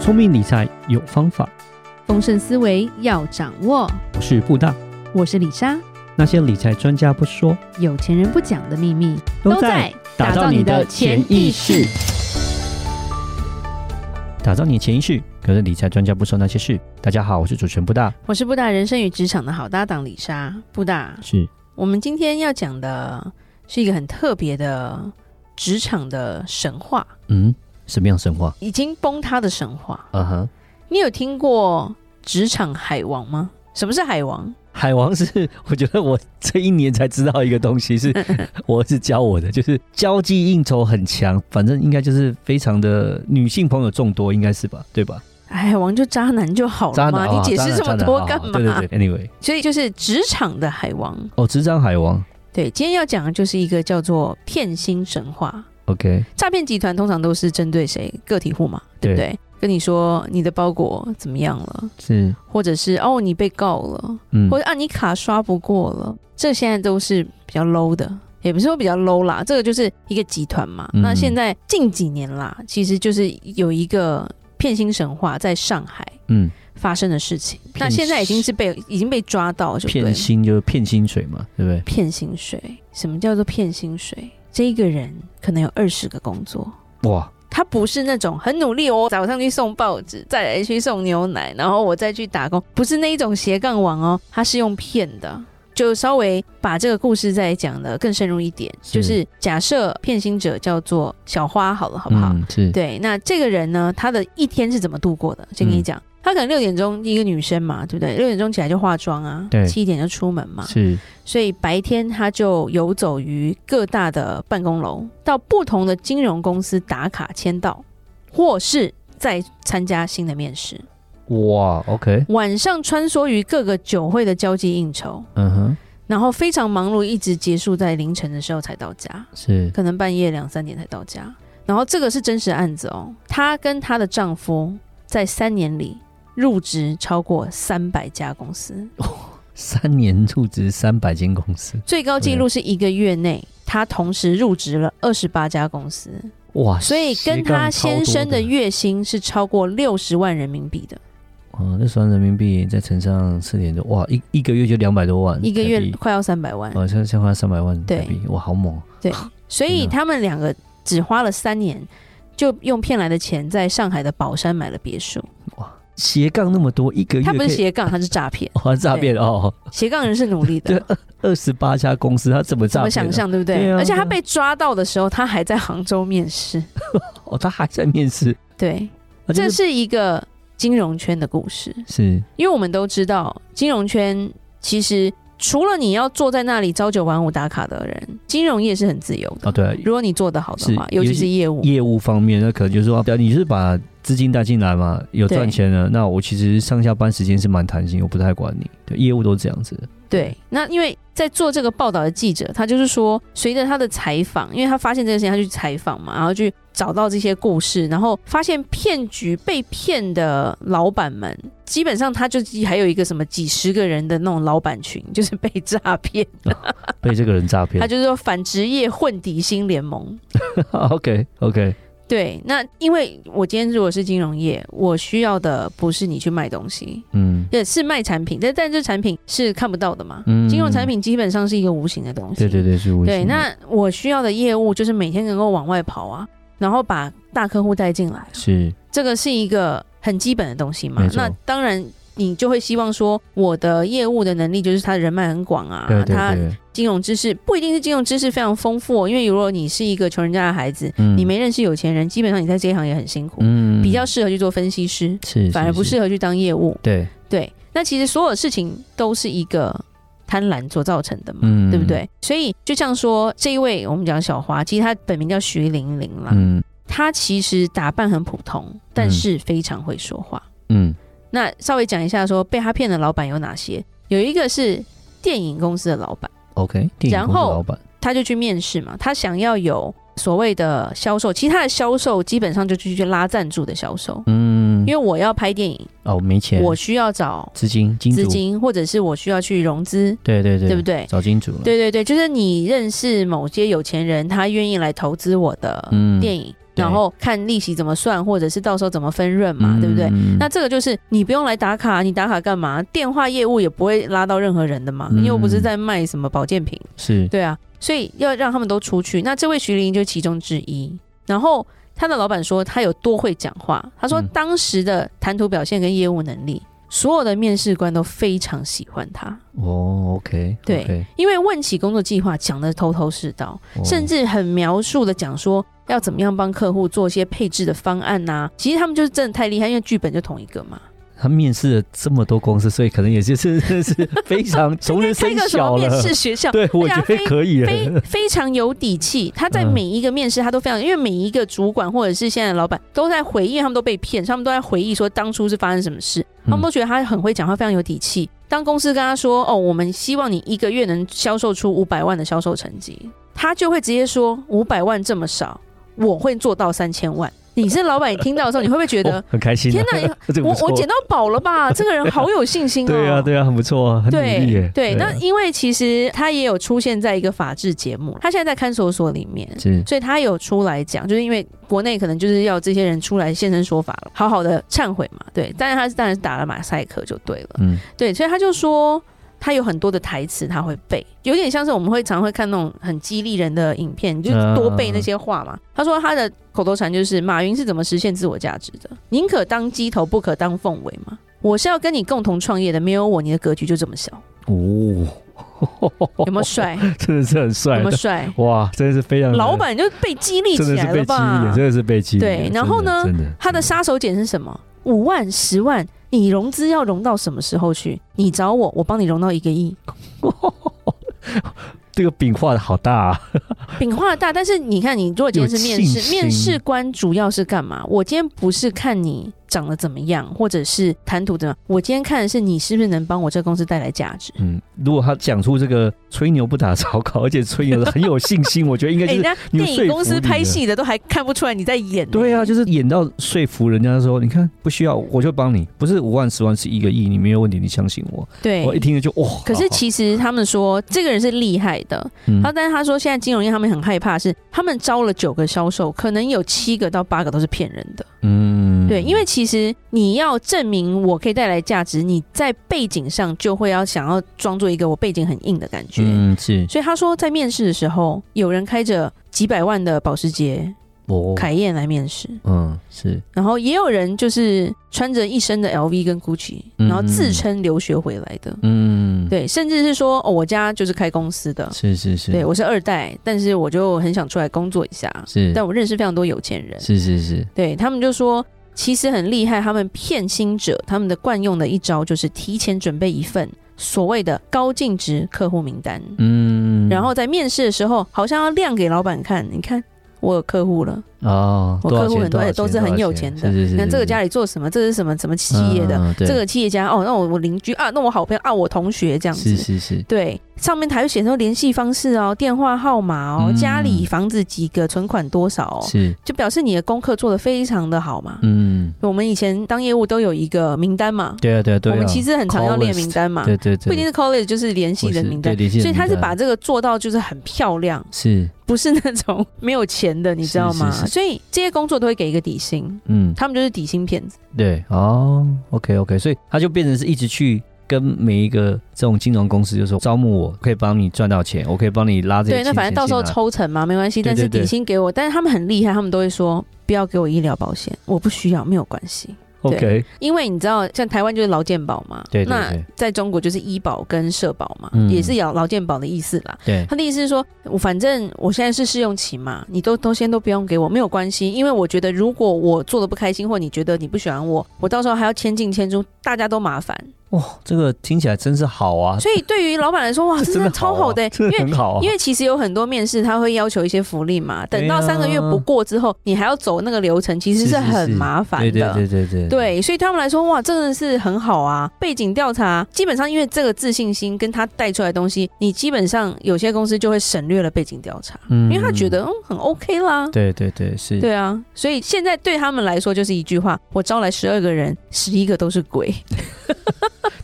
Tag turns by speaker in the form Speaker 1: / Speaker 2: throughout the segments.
Speaker 1: 聪明理财有方法，
Speaker 2: 丰盛思维要掌握。
Speaker 1: 我是布大。
Speaker 2: 我是李莎，
Speaker 1: 那些理财专家不说，
Speaker 2: 有钱人不讲的秘密
Speaker 1: 打造你的潜意识。，打造你的潜意识。可是理财专家不说那些事。大家好，我是主持人布大。
Speaker 2: 我是布大人生与职场的好搭档李莎。布大，
Speaker 1: 是
Speaker 2: 我们今天要讲的是一个很特别的职场的神话，
Speaker 1: 嗯，什么样的神话？
Speaker 2: 已经崩塌的神话。
Speaker 1: 嗯哼，
Speaker 2: 你有听过职场海王吗？什么是海王？
Speaker 1: 海王是我觉得我这一年才知道一个东西，是我儿子教我的，就是交际应酬很强，反正应该就是非常的女性朋友众多，应该是吧？对吧？
Speaker 2: 海王就渣男就好
Speaker 1: 渣
Speaker 2: 了嘛，
Speaker 1: 男，
Speaker 2: 你
Speaker 1: 哦
Speaker 2: 解
Speaker 1: 渣
Speaker 2: 释
Speaker 1: 男
Speaker 2: 这么
Speaker 1: 渣男
Speaker 2: 多
Speaker 1: 好
Speaker 2: 干
Speaker 1: 好
Speaker 2: 嘛？
Speaker 1: 对对对，anyway，
Speaker 2: 所以就是职场的海王。
Speaker 1: 哦，职场海王
Speaker 2: 对，今天要讲的就是一个叫做骗薪神话。
Speaker 1: ，OK，
Speaker 2: 诈骗集团通常都是针对谁？个体户嘛，对不对？跟你说你的包裹怎么样了，
Speaker 1: 是，
Speaker 2: 或者是哦你被告了，
Speaker 1: 嗯
Speaker 2: 或者啊你卡刷不过了，这现在都是比较 low 的，也不是说比较 low 啦，这个就是一个集团嘛。
Speaker 1: 嗯
Speaker 2: 那现在近几年啦，其实就是有一个骗薪神话在上海
Speaker 1: 嗯，
Speaker 2: 发生的事情，
Speaker 1: 骗
Speaker 2: 那现在已经是被已经被抓到，就对了
Speaker 1: 骗薪就是骗薪水嘛，对不对？
Speaker 2: 骗薪水，什么叫做骗薪水？这一个人可能有二十个工作，
Speaker 1: 哇，
Speaker 2: 他不是那种很努力哦，早上去送报纸，再来去送牛奶，然后我再去打工，不是那一种斜杠王哦，他是用骗的。就稍微把这个故事再讲的更深入一点，
Speaker 1: 是
Speaker 2: 就是假设骗薪者叫做小花好了，好不好？
Speaker 1: 嗯、是，
Speaker 2: 对，那这个人呢，他的一天是怎么度过的？先
Speaker 1: 嗯
Speaker 2: 跟你讲，他可能六点钟一个女生嘛，对不对？六点钟起来就化妆啊
Speaker 1: 对，
Speaker 2: 七点就出门嘛，
Speaker 1: 是，
Speaker 2: 所以白天他就游走于各大的办公楼，到不同的金融公司打卡签到，或是再参加新的面试。
Speaker 1: 哇，OK，
Speaker 2: 晚上穿梭于各个酒会的交际应酬，
Speaker 1: 嗯哼，
Speaker 2: 然后非常忙碌，一直结束在凌晨的时候才到家，
Speaker 1: 是，
Speaker 2: 可能半夜两三点才到家。然后这个是真实案子哦，她跟她的丈夫在三年里入职超过三百家公司，
Speaker 1: 三年入职三百间公司，
Speaker 2: 最高纪录是一个月内，她同时入职了二十八家公司，
Speaker 1: 哇，
Speaker 2: 所以跟她先生的
Speaker 1: 斜杠超多
Speaker 2: 月薪是超过六十万人民币的，
Speaker 1: 的哦，那算人民币再乘上四点多，哇，一一个月就两百多万，
Speaker 2: 一
Speaker 1: 嗯
Speaker 2: 个
Speaker 1: 台
Speaker 2: 月
Speaker 1: 币，
Speaker 2: 快要三百万。
Speaker 1: 哦，像像花三百万
Speaker 2: 对
Speaker 1: 台币，哇，好猛，哦
Speaker 2: 所以他们两个只花了三年，就用骗来的钱在上海的宝山买了别墅。
Speaker 1: 斜杠那么多，一个月
Speaker 2: 他不是
Speaker 1: 可以。
Speaker 2: 斜杠，他是诈骗
Speaker 1: 哇，诈骗哦，
Speaker 2: 斜杠人是努力的，
Speaker 1: 二十八家公司，他怎么诈
Speaker 2: 怎么
Speaker 1: 骗、啊？
Speaker 2: 想象对不对？
Speaker 1: 对啊
Speaker 2: 而且他
Speaker 1: 对啊
Speaker 2: 被抓到的时候，他还在杭州面试。
Speaker 1: 哦，他还在面试，
Speaker 2: 对，
Speaker 1: 啊
Speaker 2: 这
Speaker 1: 就是
Speaker 2: 一个金融圈的故事。
Speaker 1: 是
Speaker 2: 因为我们都知道，金融圈其实除了你要坐在那里朝九晚五打卡的人，金融业是很自由的。
Speaker 1: 哦，对、啊，
Speaker 2: 如果你做得好的话，
Speaker 1: 是
Speaker 2: 尤其是业务，
Speaker 1: 业务方面，那可能就是说，对啊你是把资金带进来嘛，有
Speaker 2: 对
Speaker 1: 赚钱了，那我其实上下班时间是蛮弹性，我不太管你。对，业务都这样子的。
Speaker 2: 对。那因为在做这个报道的记者，他就是说，随着他的采访，因为他发现这个事情，他去采访嘛，然后去找到这些故事，然后发现骗局被骗的老板们，基本上他就还有一个什么几十个人的那种老板群，就是被诈骗。
Speaker 1: 被这个人诈骗
Speaker 2: 他。就是说反职业混底薪联盟。
Speaker 1: OK OK，
Speaker 2: 对，那因为我今天如果是金融业，我需要的不是你去卖东西，
Speaker 1: 嗯，
Speaker 2: 也是卖产品，但但这产品是看不到的嘛。
Speaker 1: 嗯
Speaker 2: 金融产品基本上是一个无形的东西。
Speaker 1: 对对对，是无形的
Speaker 2: 对那我需要的业务就是每天能够往外跑啊，然后把大客户带进来，
Speaker 1: 是
Speaker 2: 这个是一个很基本的东西嘛
Speaker 1: 没。错
Speaker 2: 那当然。你就会希望说，我的业务的能力就是他的人脉很广啊，
Speaker 1: 对对
Speaker 2: 他
Speaker 1: 对，
Speaker 2: 金融知识不一定是金融知识非常丰富、哦，因为如果你是一个穷人家的孩子，
Speaker 1: 嗯
Speaker 2: 你没认识有钱人，基本上你在这一行也很辛苦，
Speaker 1: 嗯
Speaker 2: 比较适合去做分析师，
Speaker 1: 是
Speaker 2: 反而不适合去当业务。
Speaker 1: 对，
Speaker 2: 对，那其实所有事情都是一个贪婪所造成的嘛，
Speaker 1: 嗯
Speaker 2: 对不？对？所以就像说这一位我们讲小花，其实她本名叫徐玲玲啦，
Speaker 1: 嗯
Speaker 2: 她其实打扮很普通，但是非常会说话。
Speaker 1: 嗯
Speaker 2: 那稍微讲一下说被她骗的老板有哪些？有一个是电影公司的老板。
Speaker 1: ，OK，电影
Speaker 2: 然
Speaker 1: 公司
Speaker 2: 后
Speaker 1: 老板
Speaker 2: 他就去面试嘛，他想要有所谓的销售，其实他的销售基本上就去去拉赞助的销售，
Speaker 1: 嗯
Speaker 2: 因，为我要拍电影，
Speaker 1: 哦，没钱，
Speaker 2: 我需要找
Speaker 1: 资金金主
Speaker 2: 资，金，或者是我需要去融资，
Speaker 1: 对对对，嗯
Speaker 2: 对不对？
Speaker 1: 找金主了，
Speaker 2: 对对对，就是你认识某些有钱人，他愿意来投资我的
Speaker 1: 嗯
Speaker 2: 电影，
Speaker 1: 对
Speaker 2: 然后看利息怎么算，或者是到时候怎么分润嘛，
Speaker 1: 嗯
Speaker 2: 对不对？
Speaker 1: 嗯
Speaker 2: 那这个就是你不用来打卡，你打卡干嘛？电话业务也不会拉到任何人的嘛，
Speaker 1: 嗯
Speaker 2: 你又不是在卖什么保健品，
Speaker 1: 是
Speaker 2: 对啊，所以要让他们都出去。那这位徐玲就其中之一。然后他的老板说他有多会讲话，他说
Speaker 1: 嗯
Speaker 2: 当时的谈吐表现跟业务能力，所有的面试官都非常喜欢他，
Speaker 1: 哦，OK，
Speaker 2: 对
Speaker 1: OK，
Speaker 2: 因为问起工作计划讲的头头是道，
Speaker 1: 哦
Speaker 2: 甚至很描述的讲说要怎么样帮客户做一些配置的方案呐、其实他们就是真的太厉害，因为剧本就同一个嘛。
Speaker 1: 他面试了这么多公司，所以可能也就是真的是非 常从人
Speaker 2: 开
Speaker 1: 生
Speaker 2: 个什
Speaker 1: 小
Speaker 2: 么面
Speaker 1: 了，
Speaker 2: 试啊学校？
Speaker 1: 对，我
Speaker 2: 啊
Speaker 1: 觉得
Speaker 2: 非
Speaker 1: 可以
Speaker 2: 非
Speaker 1: 了。
Speaker 2: 非常有底气，他在
Speaker 1: 嗯
Speaker 2: 每一个面试他都非常，因为每一个主管或者是现在的老板都在回忆，因为他们都被骗，他们都在回忆说当初是发生什么事，
Speaker 1: 嗯
Speaker 2: 他们都觉得他很会讲话，非常有底气。当公司跟他说：“哦，我们希望你一个月能销售出五百万的销售成绩”，他就会直接说：“五百万这么少，我会做到三千万。”你是老板，你听到的时候你会不会觉 得
Speaker 1: 哦很开心啊，
Speaker 2: 天哪
Speaker 1: 这个
Speaker 2: 我
Speaker 1: 不错
Speaker 2: 我捡到宝 了吧？这个人好有信心哦。
Speaker 1: 对啊，对啊，很不错啊，很努力
Speaker 2: 对
Speaker 1: 耶。
Speaker 2: 对，
Speaker 1: 啊
Speaker 2: 那因为其实他也有出现在一个法制节目，他现在在看守所里面，
Speaker 1: 是
Speaker 2: 所以他有出来讲，就是因为国内可能就是要这些人出来现身说法了，好好的忏悔嘛。对，但是他是当然是打了马赛克就对了。
Speaker 1: 嗯，
Speaker 2: 对，所以他就说他有很多的台词他会背，有点像是我们会常会看那种很激励人的影片，你就
Speaker 1: 嗯
Speaker 2: 多背那些话嘛。他说他的口头禅就是马云是怎么实现自我价值的，宁可当鸡头，不可当凤尾嘛。我是要跟你共同创业的，没有我，你的格局就这么小。
Speaker 1: 哦，
Speaker 2: 有没有？帅？
Speaker 1: 真的是很
Speaker 2: 有
Speaker 1: 帅
Speaker 2: 没有
Speaker 1: 的，
Speaker 2: 帅？
Speaker 1: 哇，真的是非常
Speaker 2: 老板就被激励
Speaker 1: 真
Speaker 2: 起
Speaker 1: 的是被
Speaker 2: 来了
Speaker 1: 激励
Speaker 2: 吧
Speaker 1: 了，？真的是被激励了。
Speaker 2: 对然后呢
Speaker 1: 真的真的
Speaker 2: 他的
Speaker 1: 真
Speaker 2: 杀手锏是什么？五万、十万，你融资要融到什么时候去？你找我，我帮你融到一个亿。
Speaker 1: 这个饼画的好大啊，
Speaker 2: 饼画大，但是你看，你如果今天是面
Speaker 1: 有信
Speaker 2: 试，
Speaker 1: 心
Speaker 2: 面试官主要是干嘛？我今天不是看你长得怎么样，或者是谈吐怎么样，我今天看的是你是不是能帮我这公司带来价值。
Speaker 1: 嗯，如果他讲出这个吹牛不打草稿，而且吹牛的很有信心，我觉得应该
Speaker 2: 哎、
Speaker 1: 就是
Speaker 2: 人家
Speaker 1: 你有
Speaker 2: 电影
Speaker 1: 说
Speaker 2: 公
Speaker 1: 服
Speaker 2: 司
Speaker 1: 力
Speaker 2: 拍
Speaker 1: 了
Speaker 2: 戏的都还看不出来你在演、呢。
Speaker 1: 对啊，就是演到说服人家说，你看不需要，我就帮你，不是五万十万是一个亿，你没有问题，你相信我。
Speaker 2: 对
Speaker 1: 我一听就哇，
Speaker 2: 可
Speaker 1: 好
Speaker 2: 是
Speaker 1: 好
Speaker 2: 其实他们说这个人是厉害的，
Speaker 1: 嗯
Speaker 2: 他、但是他说现在金融业他们很害怕是他们招了九个销售，可能有七个到八个都是骗人的。
Speaker 1: 嗯
Speaker 2: 对，因为其实你要证明我可以带来价值，你在背景上就会要想要装作一个我背景很硬的感觉。
Speaker 1: 嗯是
Speaker 2: 所以他说在面试的时候，有人开着几百万的保时捷
Speaker 1: 我
Speaker 2: 凯宴来面试，
Speaker 1: 嗯是
Speaker 2: 然后也有人就是穿着一身的 LV 跟 GUCCI，
Speaker 1: 嗯
Speaker 2: 然后自称留学回来的。
Speaker 1: 嗯
Speaker 2: 对，甚至是说、哦、我家就是开公司的，
Speaker 1: 是是是
Speaker 2: 对我是二代，但是我就很想出来工作一下。
Speaker 1: 是
Speaker 2: 但我认识非常多有钱人，
Speaker 1: 是是是
Speaker 2: 对他们就说，其实很厉害，他们骗薪者他们的惯用的一招就是提前准备一份所谓的高净值客户名单，
Speaker 1: 嗯
Speaker 2: 然后在面试的时候好像要亮给老板看，你看我有客户了，
Speaker 1: 哦
Speaker 2: 我
Speaker 1: 多少
Speaker 2: 客户
Speaker 1: 钱
Speaker 2: 很多
Speaker 1: 少
Speaker 2: 也都
Speaker 1: 钱
Speaker 2: 是很
Speaker 1: 多少
Speaker 2: 有
Speaker 1: 钱
Speaker 2: 钱的
Speaker 1: 是是是
Speaker 2: 你看这个
Speaker 1: 是
Speaker 2: 家里做什么，这是什么什么企业的，
Speaker 1: 嗯对
Speaker 2: 这个企业家哦，那我我邻居啊，那我好朋友啊，我同学这样子，
Speaker 1: 是是是
Speaker 2: 对，上面还会显示联系方式哦，电话号码哦，
Speaker 1: 嗯
Speaker 2: 家里房子几个，存款多少哦，
Speaker 1: 是
Speaker 2: 就表示你的功课做得非常的好嘛。
Speaker 1: 嗯
Speaker 2: 我们以前当业务都有一个名单嘛，
Speaker 1: 对啊对啊对啊，
Speaker 2: 我们其实很常要
Speaker 1: call
Speaker 2: 列
Speaker 1: list，
Speaker 2: 名单嘛，
Speaker 1: 对对对
Speaker 2: 不一定是 college 就是联系
Speaker 1: 我
Speaker 2: 的
Speaker 1: 是
Speaker 2: 名单，
Speaker 1: 对联系人
Speaker 2: 所以他是
Speaker 1: 名单
Speaker 2: 把这个做到就是很漂亮，
Speaker 1: 是
Speaker 2: 不是那种没有钱的，你知道吗？
Speaker 1: 是是是
Speaker 2: 所以这些工作都会给一个底薪，
Speaker 1: 嗯
Speaker 2: 他们就是底薪骗子。
Speaker 1: 对哦，OK OK，所以他就变成是一直去跟每一个这种金融公司，就是说招募我，可以帮你赚到钱，我可以帮你拉这些
Speaker 2: 对，
Speaker 1: 钱。
Speaker 2: 那反正到时候
Speaker 1: 钱进来
Speaker 2: 抽成嘛，没关系，
Speaker 1: 对
Speaker 2: 但是
Speaker 1: 对对
Speaker 2: 底薪给我，但是他们很厉害，他们都会说不要给我医疗保险，我不需要，没有关系。
Speaker 1: OK，
Speaker 2: 因为你知道，像台湾就是劳健保嘛，
Speaker 1: 对对对
Speaker 2: 那在中国就是医保跟社保嘛，
Speaker 1: 嗯
Speaker 2: 也是劳劳健保的意思啦。
Speaker 1: 对，
Speaker 2: 他的意思是说，我反正我现在是试用期嘛，你都都先都不用给我，没有关系，因为我觉得如果我做的不开心，或你觉得你不喜欢我，我到时候还要签进签出，大家都麻烦。
Speaker 1: 哇，这个听起来真是好啊，
Speaker 2: 所以对于老板来说，哇，
Speaker 1: 这
Speaker 2: 真的超好
Speaker 1: 啊
Speaker 2: 的、
Speaker 1: 真
Speaker 2: 因
Speaker 1: 的
Speaker 2: 为
Speaker 1: 很好啊，
Speaker 2: 因为其实有很多面试他会要求一些福利嘛，
Speaker 1: 对啊
Speaker 2: 等到三个月不过之后，你还要走那个流程，其实
Speaker 1: 是
Speaker 2: 是
Speaker 1: 是
Speaker 2: 很
Speaker 1: 是
Speaker 2: 麻烦的。
Speaker 1: 对对对对对，
Speaker 2: 对，所以对他们来说，哇，真的是很好啊！背景调查基本上，因为这个自信心跟他带出来的东西，你基本上有些公司就会省略了背景调查，
Speaker 1: 嗯
Speaker 2: 因为他觉得嗯很 OK 啦。
Speaker 1: 对对对是，
Speaker 2: 对啊，所以现在对他们来说就是一句话：我招来十二个人，十一个都是鬼。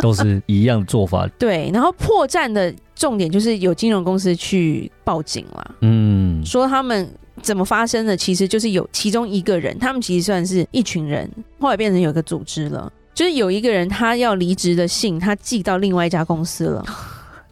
Speaker 1: 都是一样做 法，
Speaker 2: 对，然后破绽的重点就是有金融公司去报警啦，
Speaker 1: 嗯，
Speaker 2: 说他们怎么发生的？其实就是有其中一个人，他们其实算是一群人，后来变成有一个组织了。就是有一个人他要离职的信，他寄到另外一家公 司了，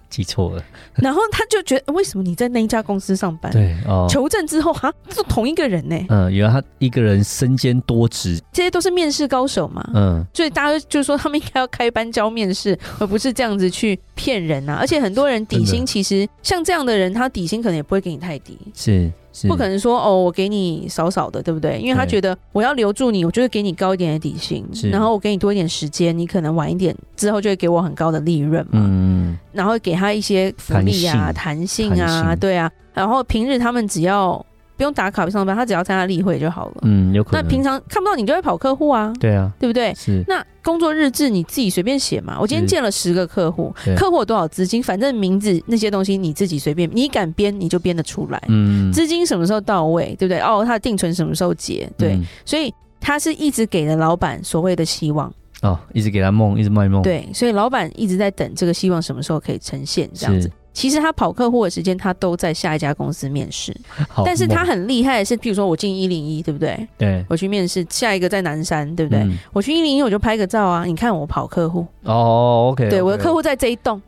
Speaker 1: 记错了，
Speaker 2: 然后他就觉得为什么你在那一家公司上班？
Speaker 1: 对哦，
Speaker 2: 求证之后，哈，是同一个人呢、
Speaker 1: 嗯，原来他一个人身兼多职，
Speaker 2: 这些都是面试高手嘛。
Speaker 1: 嗯，
Speaker 2: 所以大家就是说，他们应该要开班教面试，而不是这样子去骗人啊！而且很多人底
Speaker 1: 真
Speaker 2: 薪
Speaker 1: 的
Speaker 2: 其实像这样的人，他底薪可能也不会给你太低，
Speaker 1: 是是，
Speaker 2: 不可能说哦，我给你少少的，对不对？因为他
Speaker 1: 嗯对
Speaker 2: 觉得我要留住你，我就是给你高一点的底薪
Speaker 1: 是，
Speaker 2: 然后我给你多一点时间，你可能晚一点之后就会给我很高的利润嘛，
Speaker 1: 嗯，嗯，
Speaker 2: 然后给他一些福利啊、弹性啊，
Speaker 1: 弹性
Speaker 2: 对啊。然后平日他们只要不用打卡上班，他只要参加例会就好了。
Speaker 1: 嗯，有可
Speaker 2: 那
Speaker 1: 能。
Speaker 2: 平常看不到你就会跑客户啊，
Speaker 1: 对啊，
Speaker 2: 对不对？
Speaker 1: 是
Speaker 2: 那工作日志你自己随便写嘛。我今天
Speaker 1: 是
Speaker 2: 见了十个客户
Speaker 1: 嗯对，
Speaker 2: 客户有多少资金，反正名字那些东西你自己随便，你敢编你就编得出来。
Speaker 1: 嗯，
Speaker 2: 资金什么时候到位，对不对？哦，他的定存什么时候结？对，
Speaker 1: 嗯
Speaker 2: 所以他是一直给了老板所谓的希望，
Speaker 1: 哦，一直给他梦，一直卖梦，，
Speaker 2: 对，所以老板一直在等这个希望什么时候可以呈现这样子
Speaker 1: 是。，
Speaker 2: 其实他跑客户的时间，他都在下一家公司面试，
Speaker 1: 好
Speaker 2: 但是他
Speaker 1: 梦
Speaker 2: 很厉害的是，譬如说我进一零一，对不对？
Speaker 1: 对
Speaker 2: 我去面试，下一个在南山，对不对？
Speaker 1: 嗯
Speaker 2: 我去一零一我就拍个照啊，你看我跑客户，
Speaker 1: 哦，OK，
Speaker 2: 对，我的客户在这一栋，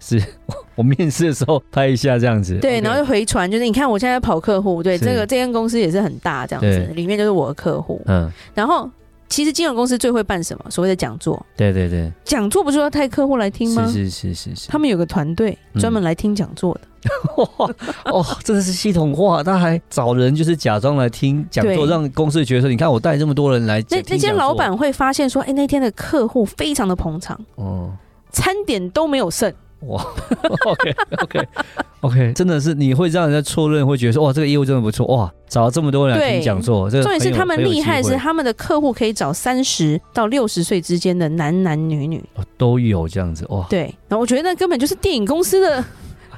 Speaker 1: 我面试的时候拍一下这样子，
Speaker 2: 对，
Speaker 1: OK
Speaker 2: 然后就回传，就是你看我现在在跑客户，对，
Speaker 1: 是
Speaker 2: 这个这间公司也是很大这样子
Speaker 1: 对，
Speaker 2: 里面就是我的客户。
Speaker 1: 嗯，
Speaker 2: 然后其实金融公司最会办什么？所谓的讲座，
Speaker 1: 对对对，
Speaker 2: 讲座不是要带客户来听吗？
Speaker 1: 是是是是是，
Speaker 2: 他们有个团队
Speaker 1: 嗯
Speaker 2: 专门来听讲座的，
Speaker 1: 哇哦，真的是系统化，他还找人就是假装来听讲座，
Speaker 2: 对
Speaker 1: 让公司觉得说，你看我带这么多人来
Speaker 2: 那
Speaker 1: 听
Speaker 2: 那些
Speaker 1: 讲座
Speaker 2: 老，板会发现说，哎、那天的客户非常的捧场，
Speaker 1: 哦。
Speaker 2: 餐点都没有剩。
Speaker 1: 哇，OK OK OK，真的是你会让人家错认，会觉得说哇，这个业务真的不错哇，找了这么多人来听
Speaker 2: 对
Speaker 1: 讲座，这个
Speaker 2: 重点是
Speaker 1: 很有
Speaker 2: 他们
Speaker 1: 很有
Speaker 2: 厉
Speaker 1: 机
Speaker 2: 害的是，
Speaker 1: 会
Speaker 2: 他们的客户可以找三十到六十岁之间的男男女女，
Speaker 1: 哦都有这样子哇，
Speaker 2: 对，然后我觉得那根本就是电影公 司的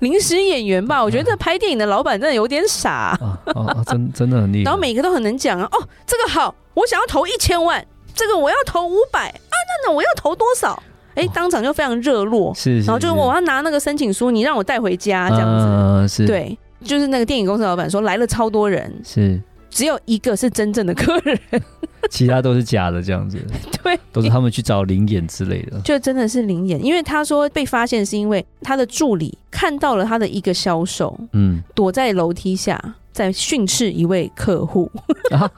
Speaker 2: 临时演员吧。我觉得
Speaker 1: 嗯
Speaker 2: 那拍电影的老板真的有点傻、
Speaker 1: 啊啊啊，真真的很厉害，
Speaker 2: 然后每个都很能讲啊，哦，这个好，我想要投一千万，这个我要投五百啊，那那我要投多少？哎
Speaker 1: 哦，
Speaker 2: 当场就非常热络，
Speaker 1: 是，是
Speaker 2: 然后就是我要拿那个申请书，你让我带回家这样子。
Speaker 1: 嗯是，，
Speaker 2: 对，就是那个电影公司老板说来了超多人，
Speaker 1: 是，
Speaker 2: 只有一个是真正的客人，
Speaker 1: 其他都是假的这样子，
Speaker 2: 对，
Speaker 1: 都是他们去找灵眼之类的，
Speaker 2: 就真的是灵眼，因为他说被发现是因为他的助理看到了他的一个销售
Speaker 1: 嗯，
Speaker 2: 躲在楼梯下。在训斥一位客户，
Speaker 1: 啊，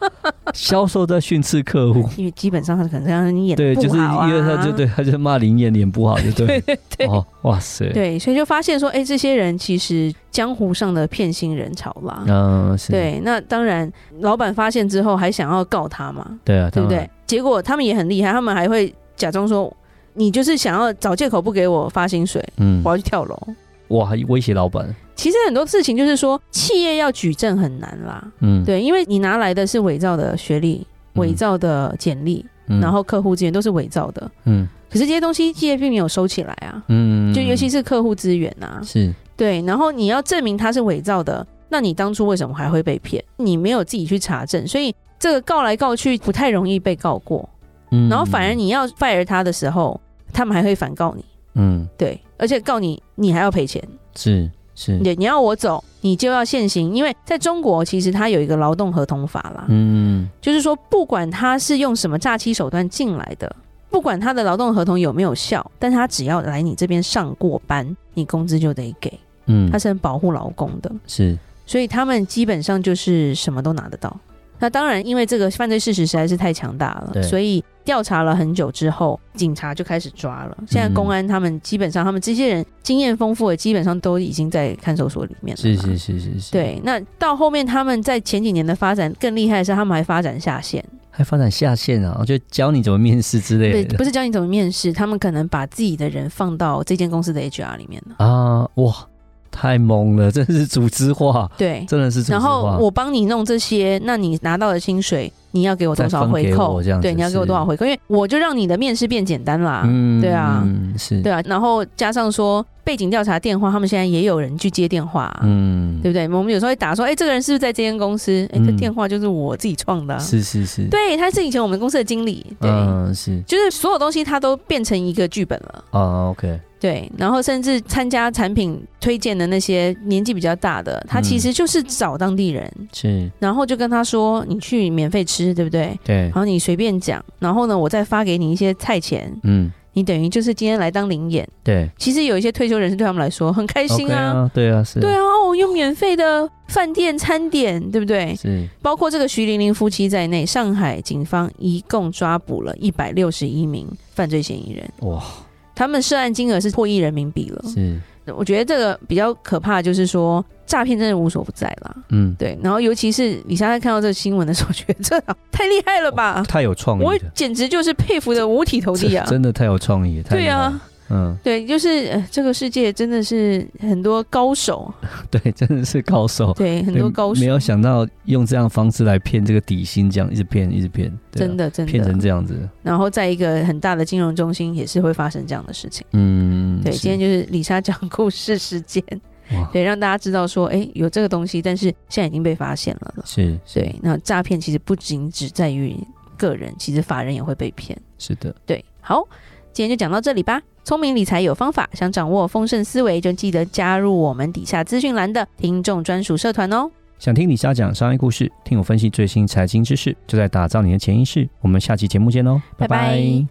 Speaker 1: 销售在训斥客户，
Speaker 2: 因为基本上他可能让你演
Speaker 1: 对，
Speaker 2: 不
Speaker 1: 就是
Speaker 2: 好啊
Speaker 1: 因为他就对，他就骂林彦脸不好，就对，对
Speaker 2: 对
Speaker 1: 哦，哇塞，，
Speaker 2: 对，啊所以就发现说，哎、这些人其实江湖上的骗薪人潮啦。
Speaker 1: 嗯，是，
Speaker 2: 对，那当然，老板发现之后还想要告他嘛，
Speaker 1: 对啊，
Speaker 2: 对不
Speaker 1: 当然
Speaker 2: 对？？结果他们也很厉害，他们还会假装说，你就是想要找借口不给我发薪水，
Speaker 1: 嗯
Speaker 2: 我，要去跳楼。
Speaker 1: 哇，还威胁老板，
Speaker 2: 其实很多事情就是说，企业要举证很难啦，
Speaker 1: 嗯，
Speaker 2: 对，因为你拿来的是伪造的学历、
Speaker 1: 嗯
Speaker 2: 伪造的简历，
Speaker 1: 嗯，
Speaker 2: 然后客户资源都是伪造的，
Speaker 1: 嗯，
Speaker 2: 可是这些东西企业并没有收起来啊，
Speaker 1: 嗯嗯，
Speaker 2: 就尤其
Speaker 1: 是
Speaker 2: 是客户资源啊，
Speaker 1: 是，
Speaker 2: 对，然后你要证明它是伪造的，那你当初为什么还会被骗？你没有自己去查证，所以这个告来告去不太容易被告过。
Speaker 1: 嗯
Speaker 2: 然后反而，你要 fire 他的时候，他们还会反告你，
Speaker 1: 嗯，
Speaker 2: 对，而且告你你还要赔钱，
Speaker 1: 是是，
Speaker 2: 对，你要我走，你就要现行，因为在中国其实它有一个劳动合同法啦，
Speaker 1: 嗯，
Speaker 2: 就是说不管他是用什么诈欺手段进来的。不管他的劳动合同有没有效，但他只要来你这边上过班，你工资就得给，
Speaker 1: 嗯
Speaker 2: 他，是很保护劳工的。
Speaker 1: 是，
Speaker 2: 所以他们基本上就是什么都拿得到。那当然，因为这个犯罪事实实在是太强大
Speaker 1: 对
Speaker 2: 了，所以调查了很久之后，警察就开始抓了。现在公安他们基本上，他们这些人经验丰富的，基本上都已经在看守所里面了。
Speaker 1: 是是。是是是，，
Speaker 2: 对，那到后面他们在前几年的发展更厉害的是，他们还发展下线，
Speaker 1: 还发展下线啊，就教你怎么面试之类
Speaker 2: 对，
Speaker 1: 的
Speaker 2: 不是教你怎么面试，他们可能把自己的人放到这间公司的 HR 里面了。
Speaker 1: 啊，哇，太猛了，真的是组织化，
Speaker 2: 对，
Speaker 1: 真的是组织化，
Speaker 2: 然后我帮你弄这些，那你拿到的薪水，你要给我多少回
Speaker 1: 再分给
Speaker 2: 扣
Speaker 1: 我这样？子
Speaker 2: 对，你要给我多少
Speaker 1: 是
Speaker 2: 回扣？因为我就让你的面试变简单啦。
Speaker 1: 嗯
Speaker 2: 对啊
Speaker 1: 嗯是，
Speaker 2: 对啊，然后加上说背景调查电话，他们现在也有人去接电话啊、
Speaker 1: 嗯
Speaker 2: 对，不对？我们有时候会打说，哎、这个人是不是在这间公司？哎、这
Speaker 1: 嗯
Speaker 2: 电话就是我自己创的啊、
Speaker 1: 是是是，
Speaker 2: 对，他是以前我们公司的经理，对，
Speaker 1: 嗯是
Speaker 2: 就是所有东西他都变成一个剧本了。
Speaker 1: 啊，OK，
Speaker 2: 对，然后甚至参加产品推荐的那些年纪比较大的，他其实就是找当地人，
Speaker 1: 是，
Speaker 2: 然后就跟他说你去免费吃，对不对？
Speaker 1: 对
Speaker 2: 然，后你随便讲，然后呢，我再发给你一些菜钱，
Speaker 1: 嗯，
Speaker 2: 你等于就是今天来当领演。
Speaker 1: 对，
Speaker 2: 其实有一些退休人士对他们来说很开心
Speaker 1: OK
Speaker 2: 啊，
Speaker 1: 啊，对啊，是，
Speaker 2: 对啊，哦，有免费的饭店餐点，对不对？
Speaker 1: 是，
Speaker 2: 包括这个徐玲玲夫妻在内，上海警方一共抓捕了一百六十一名犯罪嫌疑人，
Speaker 1: 哇，
Speaker 2: 他们涉案金额是破亿人民币了。
Speaker 1: 是，
Speaker 2: 我觉得这个比较可怕，就是说诈骗真的无所不在啦。
Speaker 1: 嗯，
Speaker 2: 对，然后尤其是李莎在看到这个新闻的时候，觉得这 太厉害了吧！
Speaker 1: 太有创
Speaker 2: 我
Speaker 1: 哦意了，
Speaker 2: 简直就是佩服的五体投地啊！
Speaker 1: 真的太有创意了，太
Speaker 2: 对啊
Speaker 1: 厉害了，嗯，
Speaker 2: 对，就是、呃这个世界真的是很多高手，
Speaker 1: 对，真的是高手，
Speaker 2: 对，很多
Speaker 1: 对
Speaker 2: 高
Speaker 1: 啊
Speaker 2: 手
Speaker 1: 没，有想到用这样的方式来骗这个底薪，这样一直骗，一直骗，对啊
Speaker 2: 真的真
Speaker 1: 骗
Speaker 2: 的
Speaker 1: 成。这样子，
Speaker 2: 然后在一个很大的金融中心，也是会发生这样的事情。
Speaker 1: 嗯，
Speaker 2: 对，
Speaker 1: 是
Speaker 2: 今天就是李莎讲故事时间，
Speaker 1: 哇，
Speaker 2: 对，让大家知道说，哎，有这个东西，但是现在已经被发现了。
Speaker 1: 是，是
Speaker 2: 对，那诈骗其实不仅只在于个人，其实法人也会被骗。
Speaker 1: 是的，
Speaker 2: 对，好，今天就讲到这里吧。聪明理财有方法，想掌握丰盛思维，就记得加入我们底下资讯栏的听众专属社团哦。
Speaker 1: 想听李莎讲商业故事，听我分析最新财经知识，就在打造你的潜意识。我们下期节目见喽，哦
Speaker 2: 拜拜